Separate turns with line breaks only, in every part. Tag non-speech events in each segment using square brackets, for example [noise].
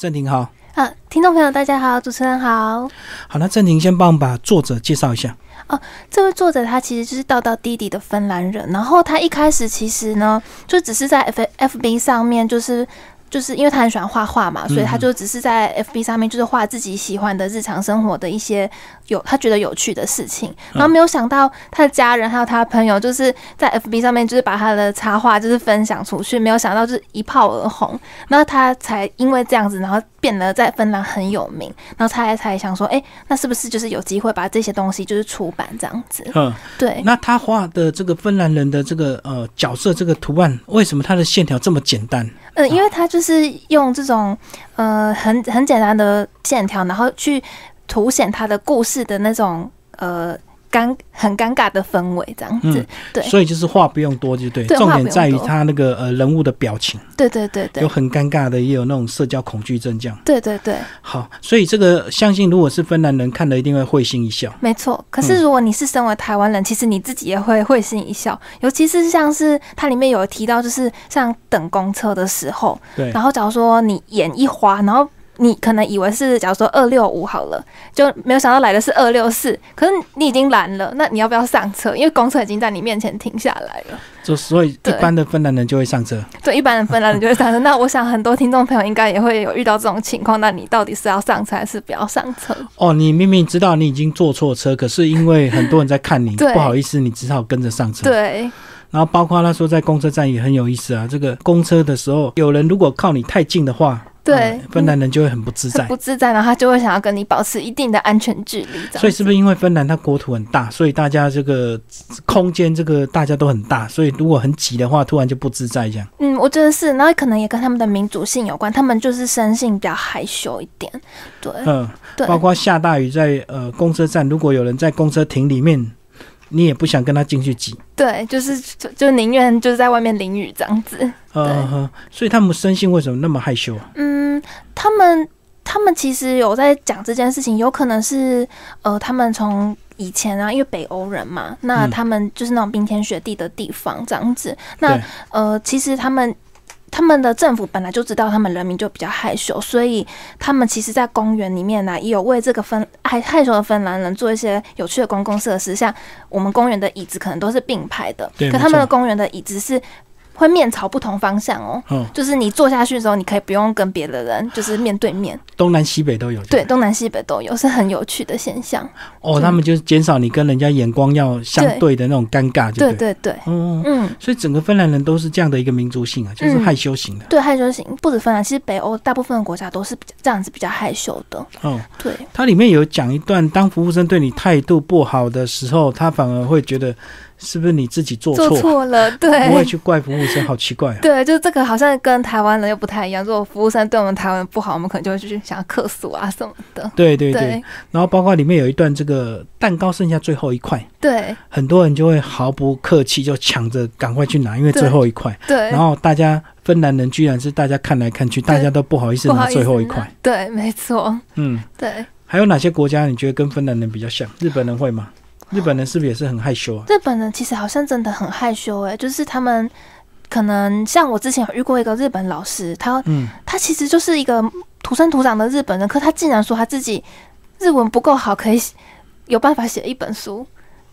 郑婷好，
啊，听众朋友大家好，主持人好。
好，那郑婷先帮我们把作者介绍一下。
这位作者他其实就是道道弟弟的芬兰人，然后他一开始其实呢，就只是在 F F B 上面就是。就是因为他很喜欢画画嘛，所以他就只是在 FB 上面就是画自己喜欢的日常生活的一些有他觉得有趣的事情，然后没有想到他的家人还有他的朋友就是在 FB 上面就是把他的插画就是分享出去，没有想到就是一炮而红，那他才因为这样子，然后变得在芬兰很有名，然后他才想说，哎、那是不是就是有机会把这些东西就是出版这样子？
嗯，
对，
那他画的这个芬兰人的这个呃角色这个图案，为什么他的线条这么简单？
嗯，因为他就是用这种呃很很简单的线条，然后去凸显他的故事的那种呃尴很尴尬的氛围这样子。
嗯
对
所以就是话不用多，就对。
对
重
话不
点
用
在于
多
他那个呃人物的表情，
对对对对
有很尴尬的，也有那种社交恐惧症这样。
对对对，
好，所以这个相信如果是芬兰人看了一定会会心一笑。
没错。
嗯
可是如果你是身为台湾人，其实你自己也会会心一笑，尤其是像是它里面有提到，就是像等公车的时候，
对，
然后假如说你眼一花，然后你可能以为是假如说二六五好了，就没有想到来的是二六四，可是你已经拦了，那你要不要上车？因为公车已经在你面前停下来了。
就所以一
对
般的芬兰人就会上车。
对，一般人本来你就会上车，那我想很多听众朋友应该也会有遇到这种情况，那你到底是要上车还是不要上车？
哦，你明明知道你已经坐错车，可是因为很多人在看你，
[laughs] 对
不好意思，你只好跟着上车。
对，
然后包括他说在公车站也很有意思啊，这个公车的时候，有人如果靠你太近的话，
对
呃芬兰人就会很不自
很
在。
[laughs] 不自在，然后他就会想要跟你保持一定的安全距离，这
所以
样。
是不是因为芬兰它国土很大，所以大家这个空间这个大家都很大，所以如果很挤的话，突然就不自在这样。
嗯，我觉得是，然后可能也跟他们的民族性有关，他们就是生性比较害羞一点，对 [laughs]
嗯，
对，
包括下大雨在呃公车站，如果有人在公车亭里面，你也不想跟他进去挤。
对，就是就就宁愿就是在外面淋雨这样子。
呃，呵所以他们生性为什么那么害羞啊？
嗯，他们他们其实有在讲这件事情，有可能是呃，他们从以前啊，因为北欧人嘛，那
嗯
他们就是那种冰天雪地的地方这样子。那
对
呃，其实他们。他们的政府本来就知道他们人民就比较害羞，所以他们其实，在公园里面呢、啊也有为这个芬害害羞的芬兰人做一些有趣的公共设施，像我们公园的椅子可能都是并排的，
对
可
没
他们的
错
公园的椅子是会面朝不同方向哦，
嗯，
就是你坐下去之后，你可以不用跟别的人，就是面对面，
东南西北都有。
对，东南西北都有，是很有趣的现象。
哦，他们就是减少你跟人家眼光要相对的那种尴尬，就
对
对。
对对，
嗯，嗯
嗯，
所以整个芬兰人都是这样的一个民族性啊，就是害羞型的。
对，害羞型不止芬兰，其实北欧大部分的国家都是比较这样子比较害羞的。
哦，
对，
它里面有讲一段，当服务生对你态度不好的时候，他反而会觉得是不是你自己做
做
错，
错
[laughs]
哎了，
不会
对。
去怪服务生，好奇怪啊。
对，就是这个好像跟台湾人又不太一样。如果服务生对我们台湾不好，我们可能就会去想要客诉啊什么的。
对对对，
对
然后包括里面有一段，这个蛋糕剩下最后一块，
对
很多人就会毫不客气就抢着赶快去拿，因为
对哎
最后一块。
对，
然后大家芬兰人居然是大家看来看去，大家都不好意思
不
拿
好意思，
最后一块。。
对，没错，
嗯，
对。
还有哪些国家你觉得跟芬兰人比较像？日本人会吗？日本人是不是也是很害羞啊？
日本人其实好像真的很害羞诶、就是他们可能像我之前有遇过一个日本老师，他
嗯，
他其实就是一个土生土长的日本人，可他竟然说他自己日文不够好，可以写有办法写一本书。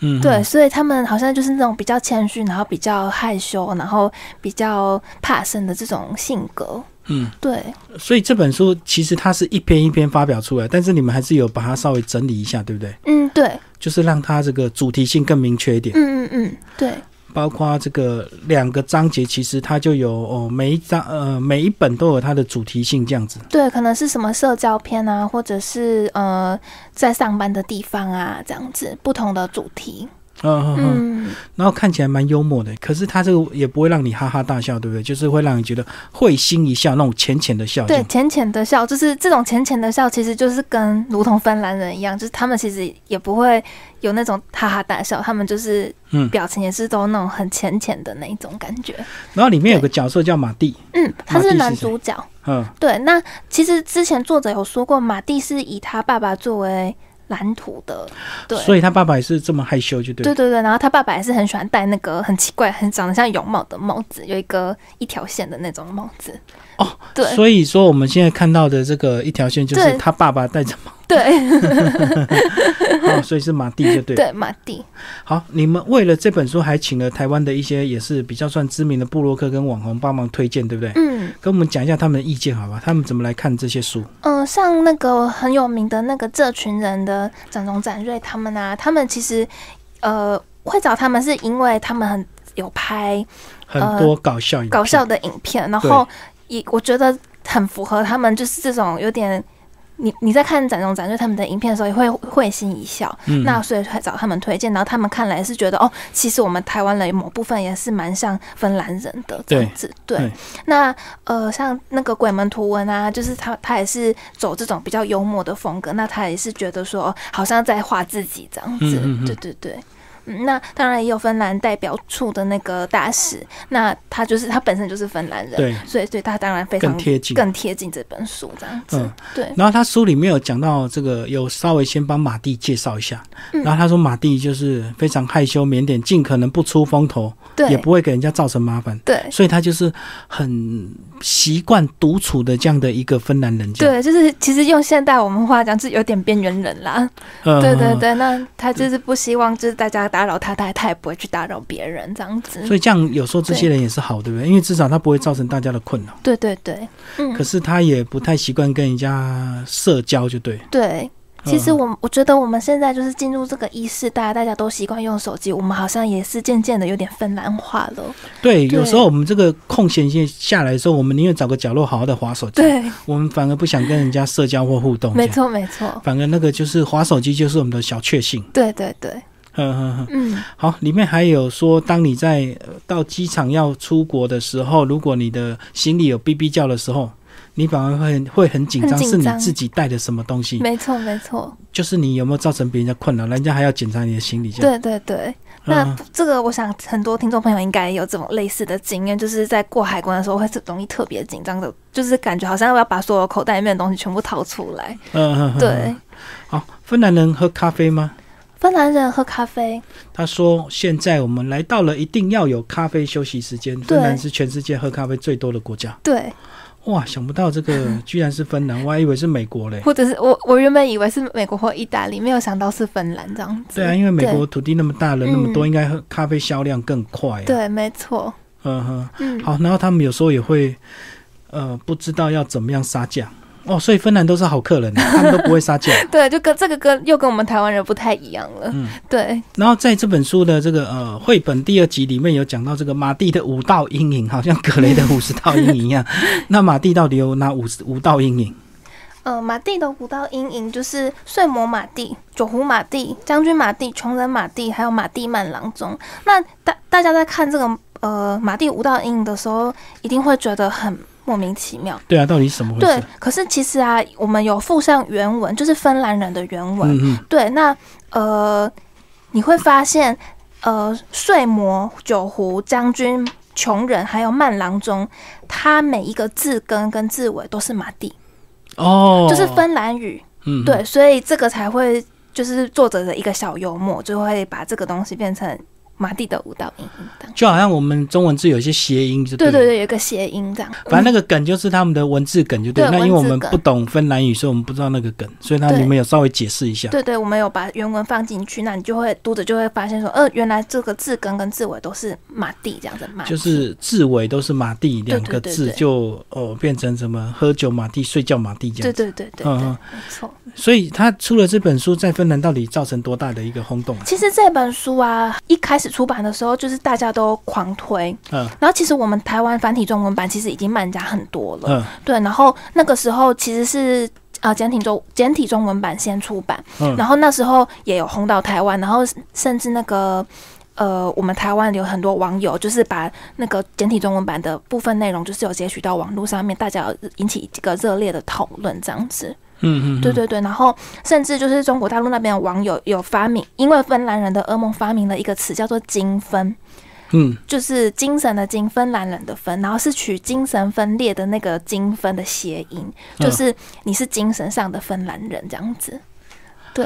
嗯，
对，所以他们好像就是那种比较谦虚，然后比较害羞，然后比较怕生的这种性格。
嗯，
对，
所以这本书其实它是一篇一篇发表出来，但是你们还是有把它稍微整理一下，对不对？
嗯，对，
就是让它这个主题性更明确一点。
嗯嗯嗯，对，
包括这个两个章节，其实它就有哦，每一章呃每一本都有它的主题性这样子。
对，可能是什么社交片啊，或者是呃，在上班的地方啊，这样子不同的主题。
嗯嗯嗯。
嗯，
然后看起来蛮幽默的，可是它这个也不会让你哈哈大笑，对不对？就是会让你觉得会心一笑，那种浅浅的笑。
对，，浅浅的笑，就是这种浅浅的笑，其实就是跟如同芬兰人一样，就是他们其实也不会有那种哈哈大笑，他们就是
嗯
表情也是都那种很浅浅的那一种感觉。
然后里面有个角色叫马蒂，
嗯，他
马蒂
是
是
男
谁
主角。
嗯，
对，那其实之前作者有说过，马蒂是以他爸爸作为蓝图的，对。
所以他爸爸也是这么害羞，就对
对
了。
对对，然后他爸爸也是很喜欢戴那个很奇怪、很长得像泳帽的帽子，有一个一条线的那种帽子。
哦，
对
所以说我们现在看到的这个一条线就是
对
他爸爸戴着
[laughs]
马，
对
哦，所以是马蒂，就对了。
对，马蒂，
好，你们为了这本书还请了台湾的一些也是比较算知名的布洛克跟网红帮忙推荐，对不对？
嗯
跟我们讲一下他们的意见好吧？他们怎么来看这些书？
嗯、呃像那个很有名的那个这群人的展荣、展瑞他们啊，他们其实呃会找他们是因为他们很有拍
很多搞笑影片、
呃搞笑的影片，然后也我觉得很符合他们就是这种有点。你你在看展荣、展瑞他们的影片的时候，也会会心一笑。
嗯，
那所以才找他们推荐，然后他们看来是觉得哦，其实我们台湾人某部分也是蛮像芬兰人的这样子。对，
对
那呃，像那个鬼门图文啊，就是他他也是走这种比较幽默的风格，那他也是觉得说，哦好像在画自己这样子。
嗯嗯嗯
对对对。嗯，那当然也有芬兰代表处的那个大使，那他就是他本身就是芬兰人，
对，
所以对他当然非常
更贴近。
呃更贴近这本书这样子。
嗯
对，
然后他书里面有讲到这个，有稍微先帮马蒂介绍一下。
嗯
然后他说马蒂就是非常害羞腼腆，尽可能不出风头，也
对
不会给人家造成麻烦，
对
所以他就是很习惯独处的这样的一个芬兰人。这样，
对，就是其实用现代我们话讲，是有点边缘人啦。
呃
对对。对，那他就是不希望就是大家打扰他，他他也不会去打扰别人这样子。
所以这样有时候这些人也是好，对不对？因为至少他不会造成大家的困扰。
对对对，嗯
可，是他也不太习惯跟人家社交，就对。
对。其实
嗯
我我觉得我们现在就是进入这个意识，大家大家都习惯用手机，我们好像也是渐渐的有点芬兰化了。
对，
对
有时候我们这个空闲下下来的时候，我们宁愿找个角落好好的划手机，
对，
我们反而不想跟人家社交或互动。
没
这样，
错没错，
反而那个就是划手机就是我们的小确幸。 [laughs]
对对对，
呵呵呵。
嗯
好，里面还有说，当你在呃到机场要出国的时候，如果你的行李有哔哔叫的时候，你反而会很会很紧张，
很
是
紧
你
张
自己带的什么东西，
没错没错，
就是你有没有造成别人家困扰，人家还要检查你的行李。这样，
对对对。那
嗯，
这个，我想很多听众朋友应该也有这种类似的经验，就是在过海关的时候会是容易特别紧张的，就是感觉好像要把所有口袋里面的东西全部掏出来。
嗯嗯，嗯
对。，
好，芬兰人喝咖啡吗？
芬兰人喝咖啡，
他说：“现在我们来到了一定要有咖啡休息时间。
对
芬兰是全世界喝咖啡最多的国家。
对，
哇，想不到这个居然是芬兰，我还以为是美国嘞。
或者是我我原本以为是美国或意大利，没有想到是芬兰这样子。
对啊，因为美国土地那么大，人那么多，
嗯
应该喝咖啡销量更快、啊。
对，对，没错，
嗯哼，
嗯，
好，然后他们有时候也会，呃，不知道要怎么样杀价。哦，所以芬兰都是好客人，啊
[laughs]
他们都不会杀价。”
对，就跟这个跟又跟我们台湾人不太一样了。
嗯
对，
然后在这本书的这个呃绘本第二集里面有讲到这个马蒂的五道阴影，好像格雷的五十道阴影一
[laughs]
样。那马蒂到底有哪五十五道阴影？
呃，马蒂的五道阴影就是睡魔马蒂、九湖马蒂、将军马蒂、穷人马蒂，还有马蒂曼郎中。那大大家在看这个呃马蒂五道阴影的时候，一定会觉得很莫名其妙。
对啊，到底是怎么回
对
事？，
可是其实啊，我们有附上原文，就是芬兰人的原文。
嗯嗯，
对，那呃，你会发现，呃，睡魔、酒壶、将军、穷人还有慢郎中，他每一个字根跟字尾都是马蒂，
哦，
就是，芬兰语。
嗯，
对，，所以这个才会就是作者的一个小幽默，就会把这个东西变成马蒂的舞蹈音音档。
就好像我们中文字有一些谐音，就
对对
对了。
对，有一个谐音这样。
反正那个梗就是他们的文字梗，就对了。
对
那因为我
文字
们
梗
不懂芬兰语，所以我们不知道那个梗，所以它
对
里面有稍微解释一下。
嗯对对，我们有把原文放进去，那你就会读者就会发现说，呃，原来这个字根跟字尾都是马蒂这样子，马蒂
就是字尾都是马蒂两个
啊对对
字
对，对
就哦变成什么喝酒马蒂、睡觉马蒂这
对
样。
对对对对，
嗯
没错。
所以他出了这本书，在芬兰到底造成多大的一个轰动啊？
其实这本书啊，一开始出版的时候，就是大家都狂推，
嗯
然后其实我们台湾繁体中文版其实已经慢人家很多了，
嗯
对，然后那个时候其实是呃简体中简体中文版先出版，
嗯，
然后那时候也有红到台湾，然后甚至那个呃我们台湾有很多网友就是把那个简体中文版的部分内容就是有截取到网络上面，大家有引起一个热烈的讨论这样子，
嗯嗯，
对对对，然后甚至就是中国大陆那边的网友有发明，因为芬兰人的噩梦发明了一个词叫做“精分”。
嗯，
就是精神的精，芬兰人的芬，然后是取精神分裂的那个精分的谐音，
嗯
就是你是精神上的芬兰人这样子。对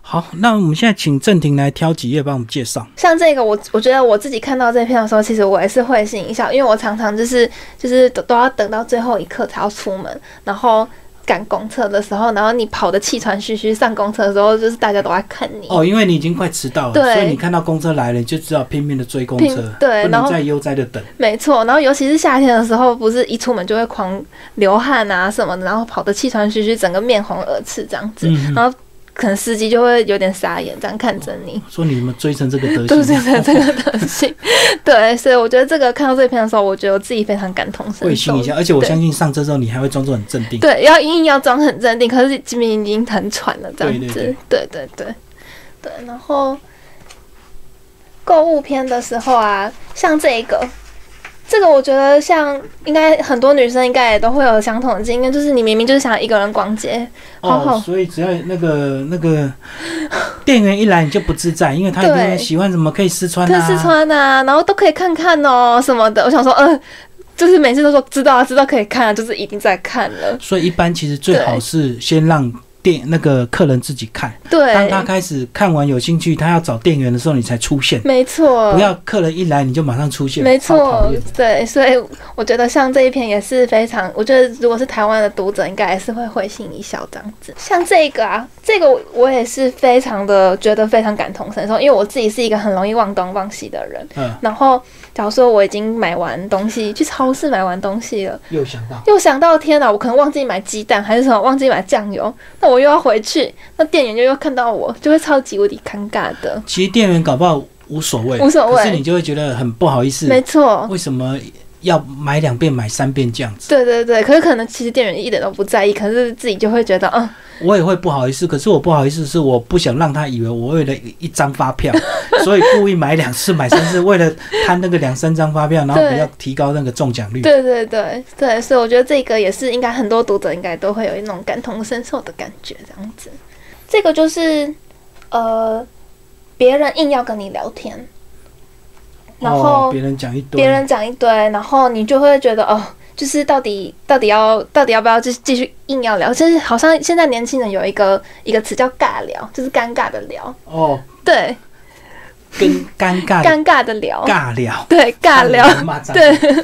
好，那我们现在请郑婷来挑几页帮我们介绍。
像这个，我我觉得我自己看到这篇的时候，其实我也是会心一笑，因为我常常就是就是都都要等到最后一刻才要出门，然后赶公厕的时候，然后你跑得气喘吁吁上公厕的时候，就是大家都在看你。
哦，因为你已经快迟到了，
对
所以你看到公车来了，你就知道拼命的追公
拼
车，
对
不
然
能
后
再悠哉的等。
没错，然后尤其是夏天的时候，不是一出门就会狂流汗啊什么的，然后跑得气喘吁吁，整个面红耳赤这样子，
嗯，
然后可能司机就会有点傻眼，这样看着 [laughs] 你。
说你们追成这个德
对对
行，
对，这个德行，对，所以我觉得这个看到这篇的时候，我觉得我自己非常感同身
会
受
心一。笑。而且我
对
相信上车之后你还会装作很镇定。
对，要硬要装很镇定，可是明明已经很喘了，这样
对
子。
对
对对对对然后购物篇的时候啊，像这一个，这个我觉得像应该很多女生应该也都会有相同的经验，就是你明明就是想一个人逛街，好好
哦，所以只要那个那个
[laughs]
店员一来，你就不自在，因为他一定会
对
喜欢什么可以试穿
可以
啊，
试穿啊，然后都可以看看哦什么的。我想说，嗯、就是每次都说知道啊，知道可以看啊，就是已经在看了。
所以一般其实最好是先让店那个客人自己看，
对，
当他开始看完有兴趣，他要找店员的时候，你才出现，
没错，
不要客人一来你就马上出现，
嗯没
超讨
错
厌。，
对，所以我觉得像这一篇也是非常，我觉得如果是台湾的读者，应该也是会会心一笑这样子。像这个啊，这个我我也是非常的觉得非常感同身受，因为我自己是一个很容易忘东忘西的人。
嗯，
然后，假如说我已经买完东西，去超市买完东西了，
又想到
又想到天哪，我可能忘记买鸡蛋还是什么，忘记买酱油，那我又要回去，那店员就又看到我，就会超级无敌尴尬的。
其实店员搞不好无所谓，
无所谓
可是你就会觉得很不好意思，
没错，
为什么要买两遍买三遍这样子？
对对对，可是可能其实店员一点都不在意，可是自己就会觉得，嗯，
我也会不好意思，可是我不好意思是我不想让他以为我为了一张发
[laughs]
票，所以故意买两次买三次，为了贪那个两三张发票，然后
对
比较提高那个中奖率。
对对对对，所以我觉得这个也是应该很多读者应该都会有一种感同身受的感觉，这样子。这个就是呃，别人硬要跟你聊天，然
哦，
后
别人讲一堆，
别人讲一堆，然后你就会觉得哦。就是到底到底要到底要不要继继续硬要聊？就是好像现在年轻人有一个一个词叫尬聊，就是尴尬的聊，
哦，
对，
跟尴尬的
尴尬的聊，
尬聊，
对尬聊，
骂脏话哦
对，
好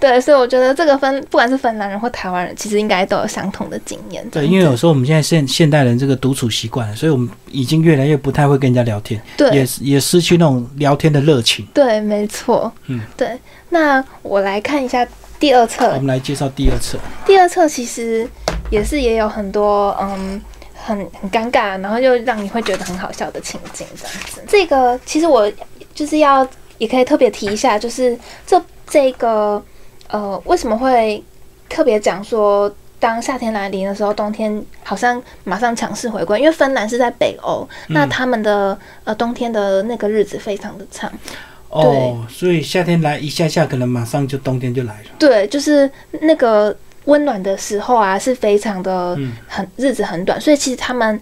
对，所以我觉得这个芬不管是芬兰人或台湾人，其实应该都有相同的经验。
对，因为有时候我们现在现现代人这个独处习惯了，所以我们已经越来越不太会跟人家聊天，也
对
也失去那种聊天的热情。
对，没错。
嗯，
对。那我来看一下第二册
我，们来介绍第二册，
第二册其实也是也有很多嗯。很很尴尬，然后又让你会觉得很好笑的情景，这样子。这个其实我就是要也可以特别提一下，就是这这个呃，为什么会特别讲说，当夏天来临的时候，冬天好像马上强势回归，因为芬兰是在北欧，那他们的呃冬天的那个日子非常的长，
哦，所以夏天来一下下，可能马上就冬天就来了。
对，就是那个温暖的时候啊，是非常的
嗯
很日子很短，所以其实他们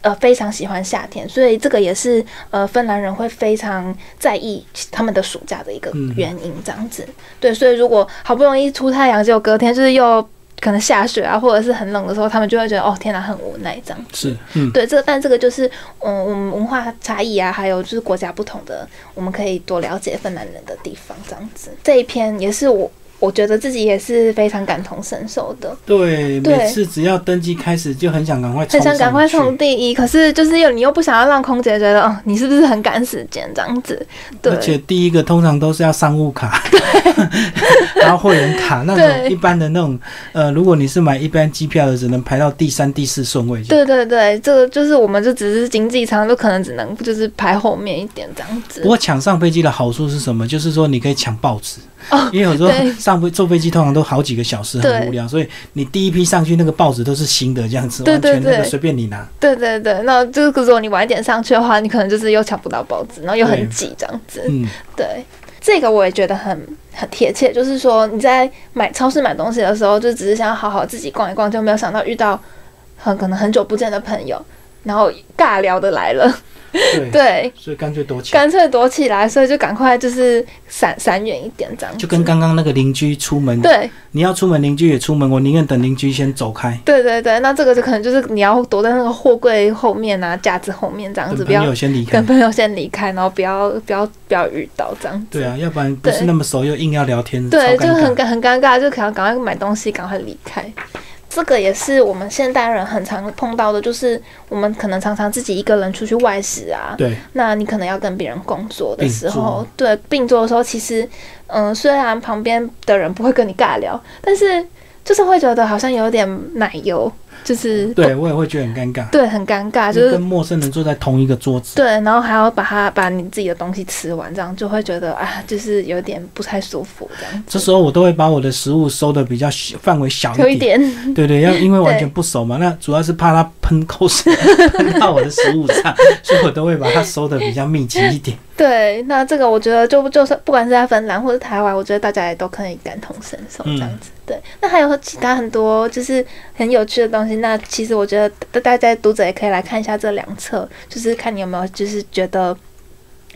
呃非常喜欢夏天，所以这个也是呃芬兰人会非常在意他们的暑假的一个
嗯
原因，这样子。对，所以如果好不容易出太阳，结果隔天就是又可能下雪啊，或者是很冷的时候，他们就会觉得哦天哪，很无奈这样。
是，嗯，
对，这个但这个就是嗯我们文化差异啊，还有就是国家不同的，我们可以多了解芬兰人的地方这样子。这一篇也是我我觉得自己也是非常感同身受的，
对，
对
每次只要登机开始，就很想赶快冲
很想赶快
上去
冲第一，可是就是又你又不想要让空姐觉得哦你是不是很赶时间这样子，
而且
对。
第一个通常都是要商务卡， [laughs] 然后会员卡那种
对
一般的那种，呃，如果你是买一般机票的，只能排到第三、第四顺位。，
对对对，这个就是我们就只是经济舱，就可能只能就是排后面一点这样子。
不过抢上飞机的好处是什么？就是说你可以抢报纸，
哦
因为有时候
对
上飞坐飞机通常都好几个小时，很
对
无聊，所以你第一批上去那个报纸都是新的，这样子
对对
完全那个
对
随便你拿。
对对对，那就是如果你晚一点上去的话，你可能就是又抢不到报纸，然后又
对
很挤这样子。
嗯，
对，这个我也觉得很很贴切，就是说你在买超市买东西的时候，就只是想要好好自己逛一逛，就没有想到遇到很可能很久不见的朋友，然后尬聊的来了，
对，
对，
所以干脆躲起来，
干脆躲起来，所以就赶快就是闪闪远一点这样子，
就跟刚刚那个邻居出门，
对
你要出门，邻居也出门，我宁愿等邻居先走开，
对对对，那这个就可能就是你要躲在那个货柜后面啊、架子后面这样
等
子，不
朋
要
友先离
跟
开。
朋友先离开，然后不要不要不要遇到这样子。
对啊，要不然不是
对
那么熟又硬要聊天，
对，
超
就很
尴尬。
尴很尴尬，就想赶快买东西，赶快离开。这个也是我们现代人很常碰到的，就是我们可能常常自己一个人出去外食啊，
对，
那你可能要跟别人工作的时
并
候
坐，
对并坐的时候，其实，嗯，虽然旁边的人不会跟你尬聊，但是就是会觉得好像有点奶油，就是
对我也会觉得很尴尬，
对很尴啊尬，就
跟
是
陌生人坐在同一个桌子。
对，然后还要把它把你自己的东西吃完，这样就会觉得啊，就是有点不太舒服这样
这
子，
时候我都会把我的食物收的比较小范围小
有一
一点，
点，
对对，要
[laughs]
因为完
对
全不熟嘛，那主要是怕它喷口水 [laughs] 喷到我的食物
[laughs]
上，所以我都会把它收的比较密集一点。
对，那这个我觉得就就是不管是在芬兰或是台湾，我觉得大家也都可以感同身受这样子。
嗯
对，那还有其他很多就是很有趣的东西。那其实我觉得大大家读者也可以来看一下这两册，就是看你有没有就是觉得。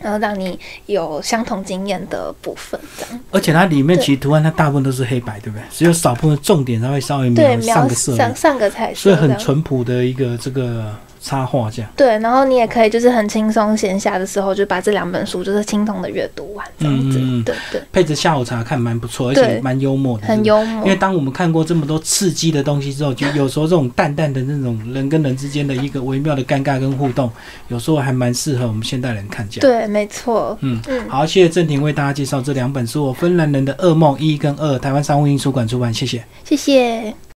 然后让你有相同经验的部分，这样
而且它里面
对
其实图案它大部分都是黑白，对不对？只有少部分重点它会稍微
对
描
描
上个色
上
而已，
上个彩色
所以
这
很
样，
淳朴的一个这个插画这样。
对，然后你也可以就是很轻松闲暇的时候，就把这两本书就是轻松的阅读完，这样子，
嗯嗯嗯
对对，
配着下午茶看蛮不错，而
对
且蛮幽默的，
很
幽。
幽
因
默
为，当我们看过这么多刺激的东西之后，就有时候这种淡淡的那种人跟人之间的一个微妙的尴尬跟互动，有时候还蛮适合我们现代人看这样。
对，没错，
嗯
嗯，
好，谢谢郑婷为大家介绍这两本书，《我芬兰人的噩梦一》跟二，台湾商务印书馆出版，谢谢。
谢谢。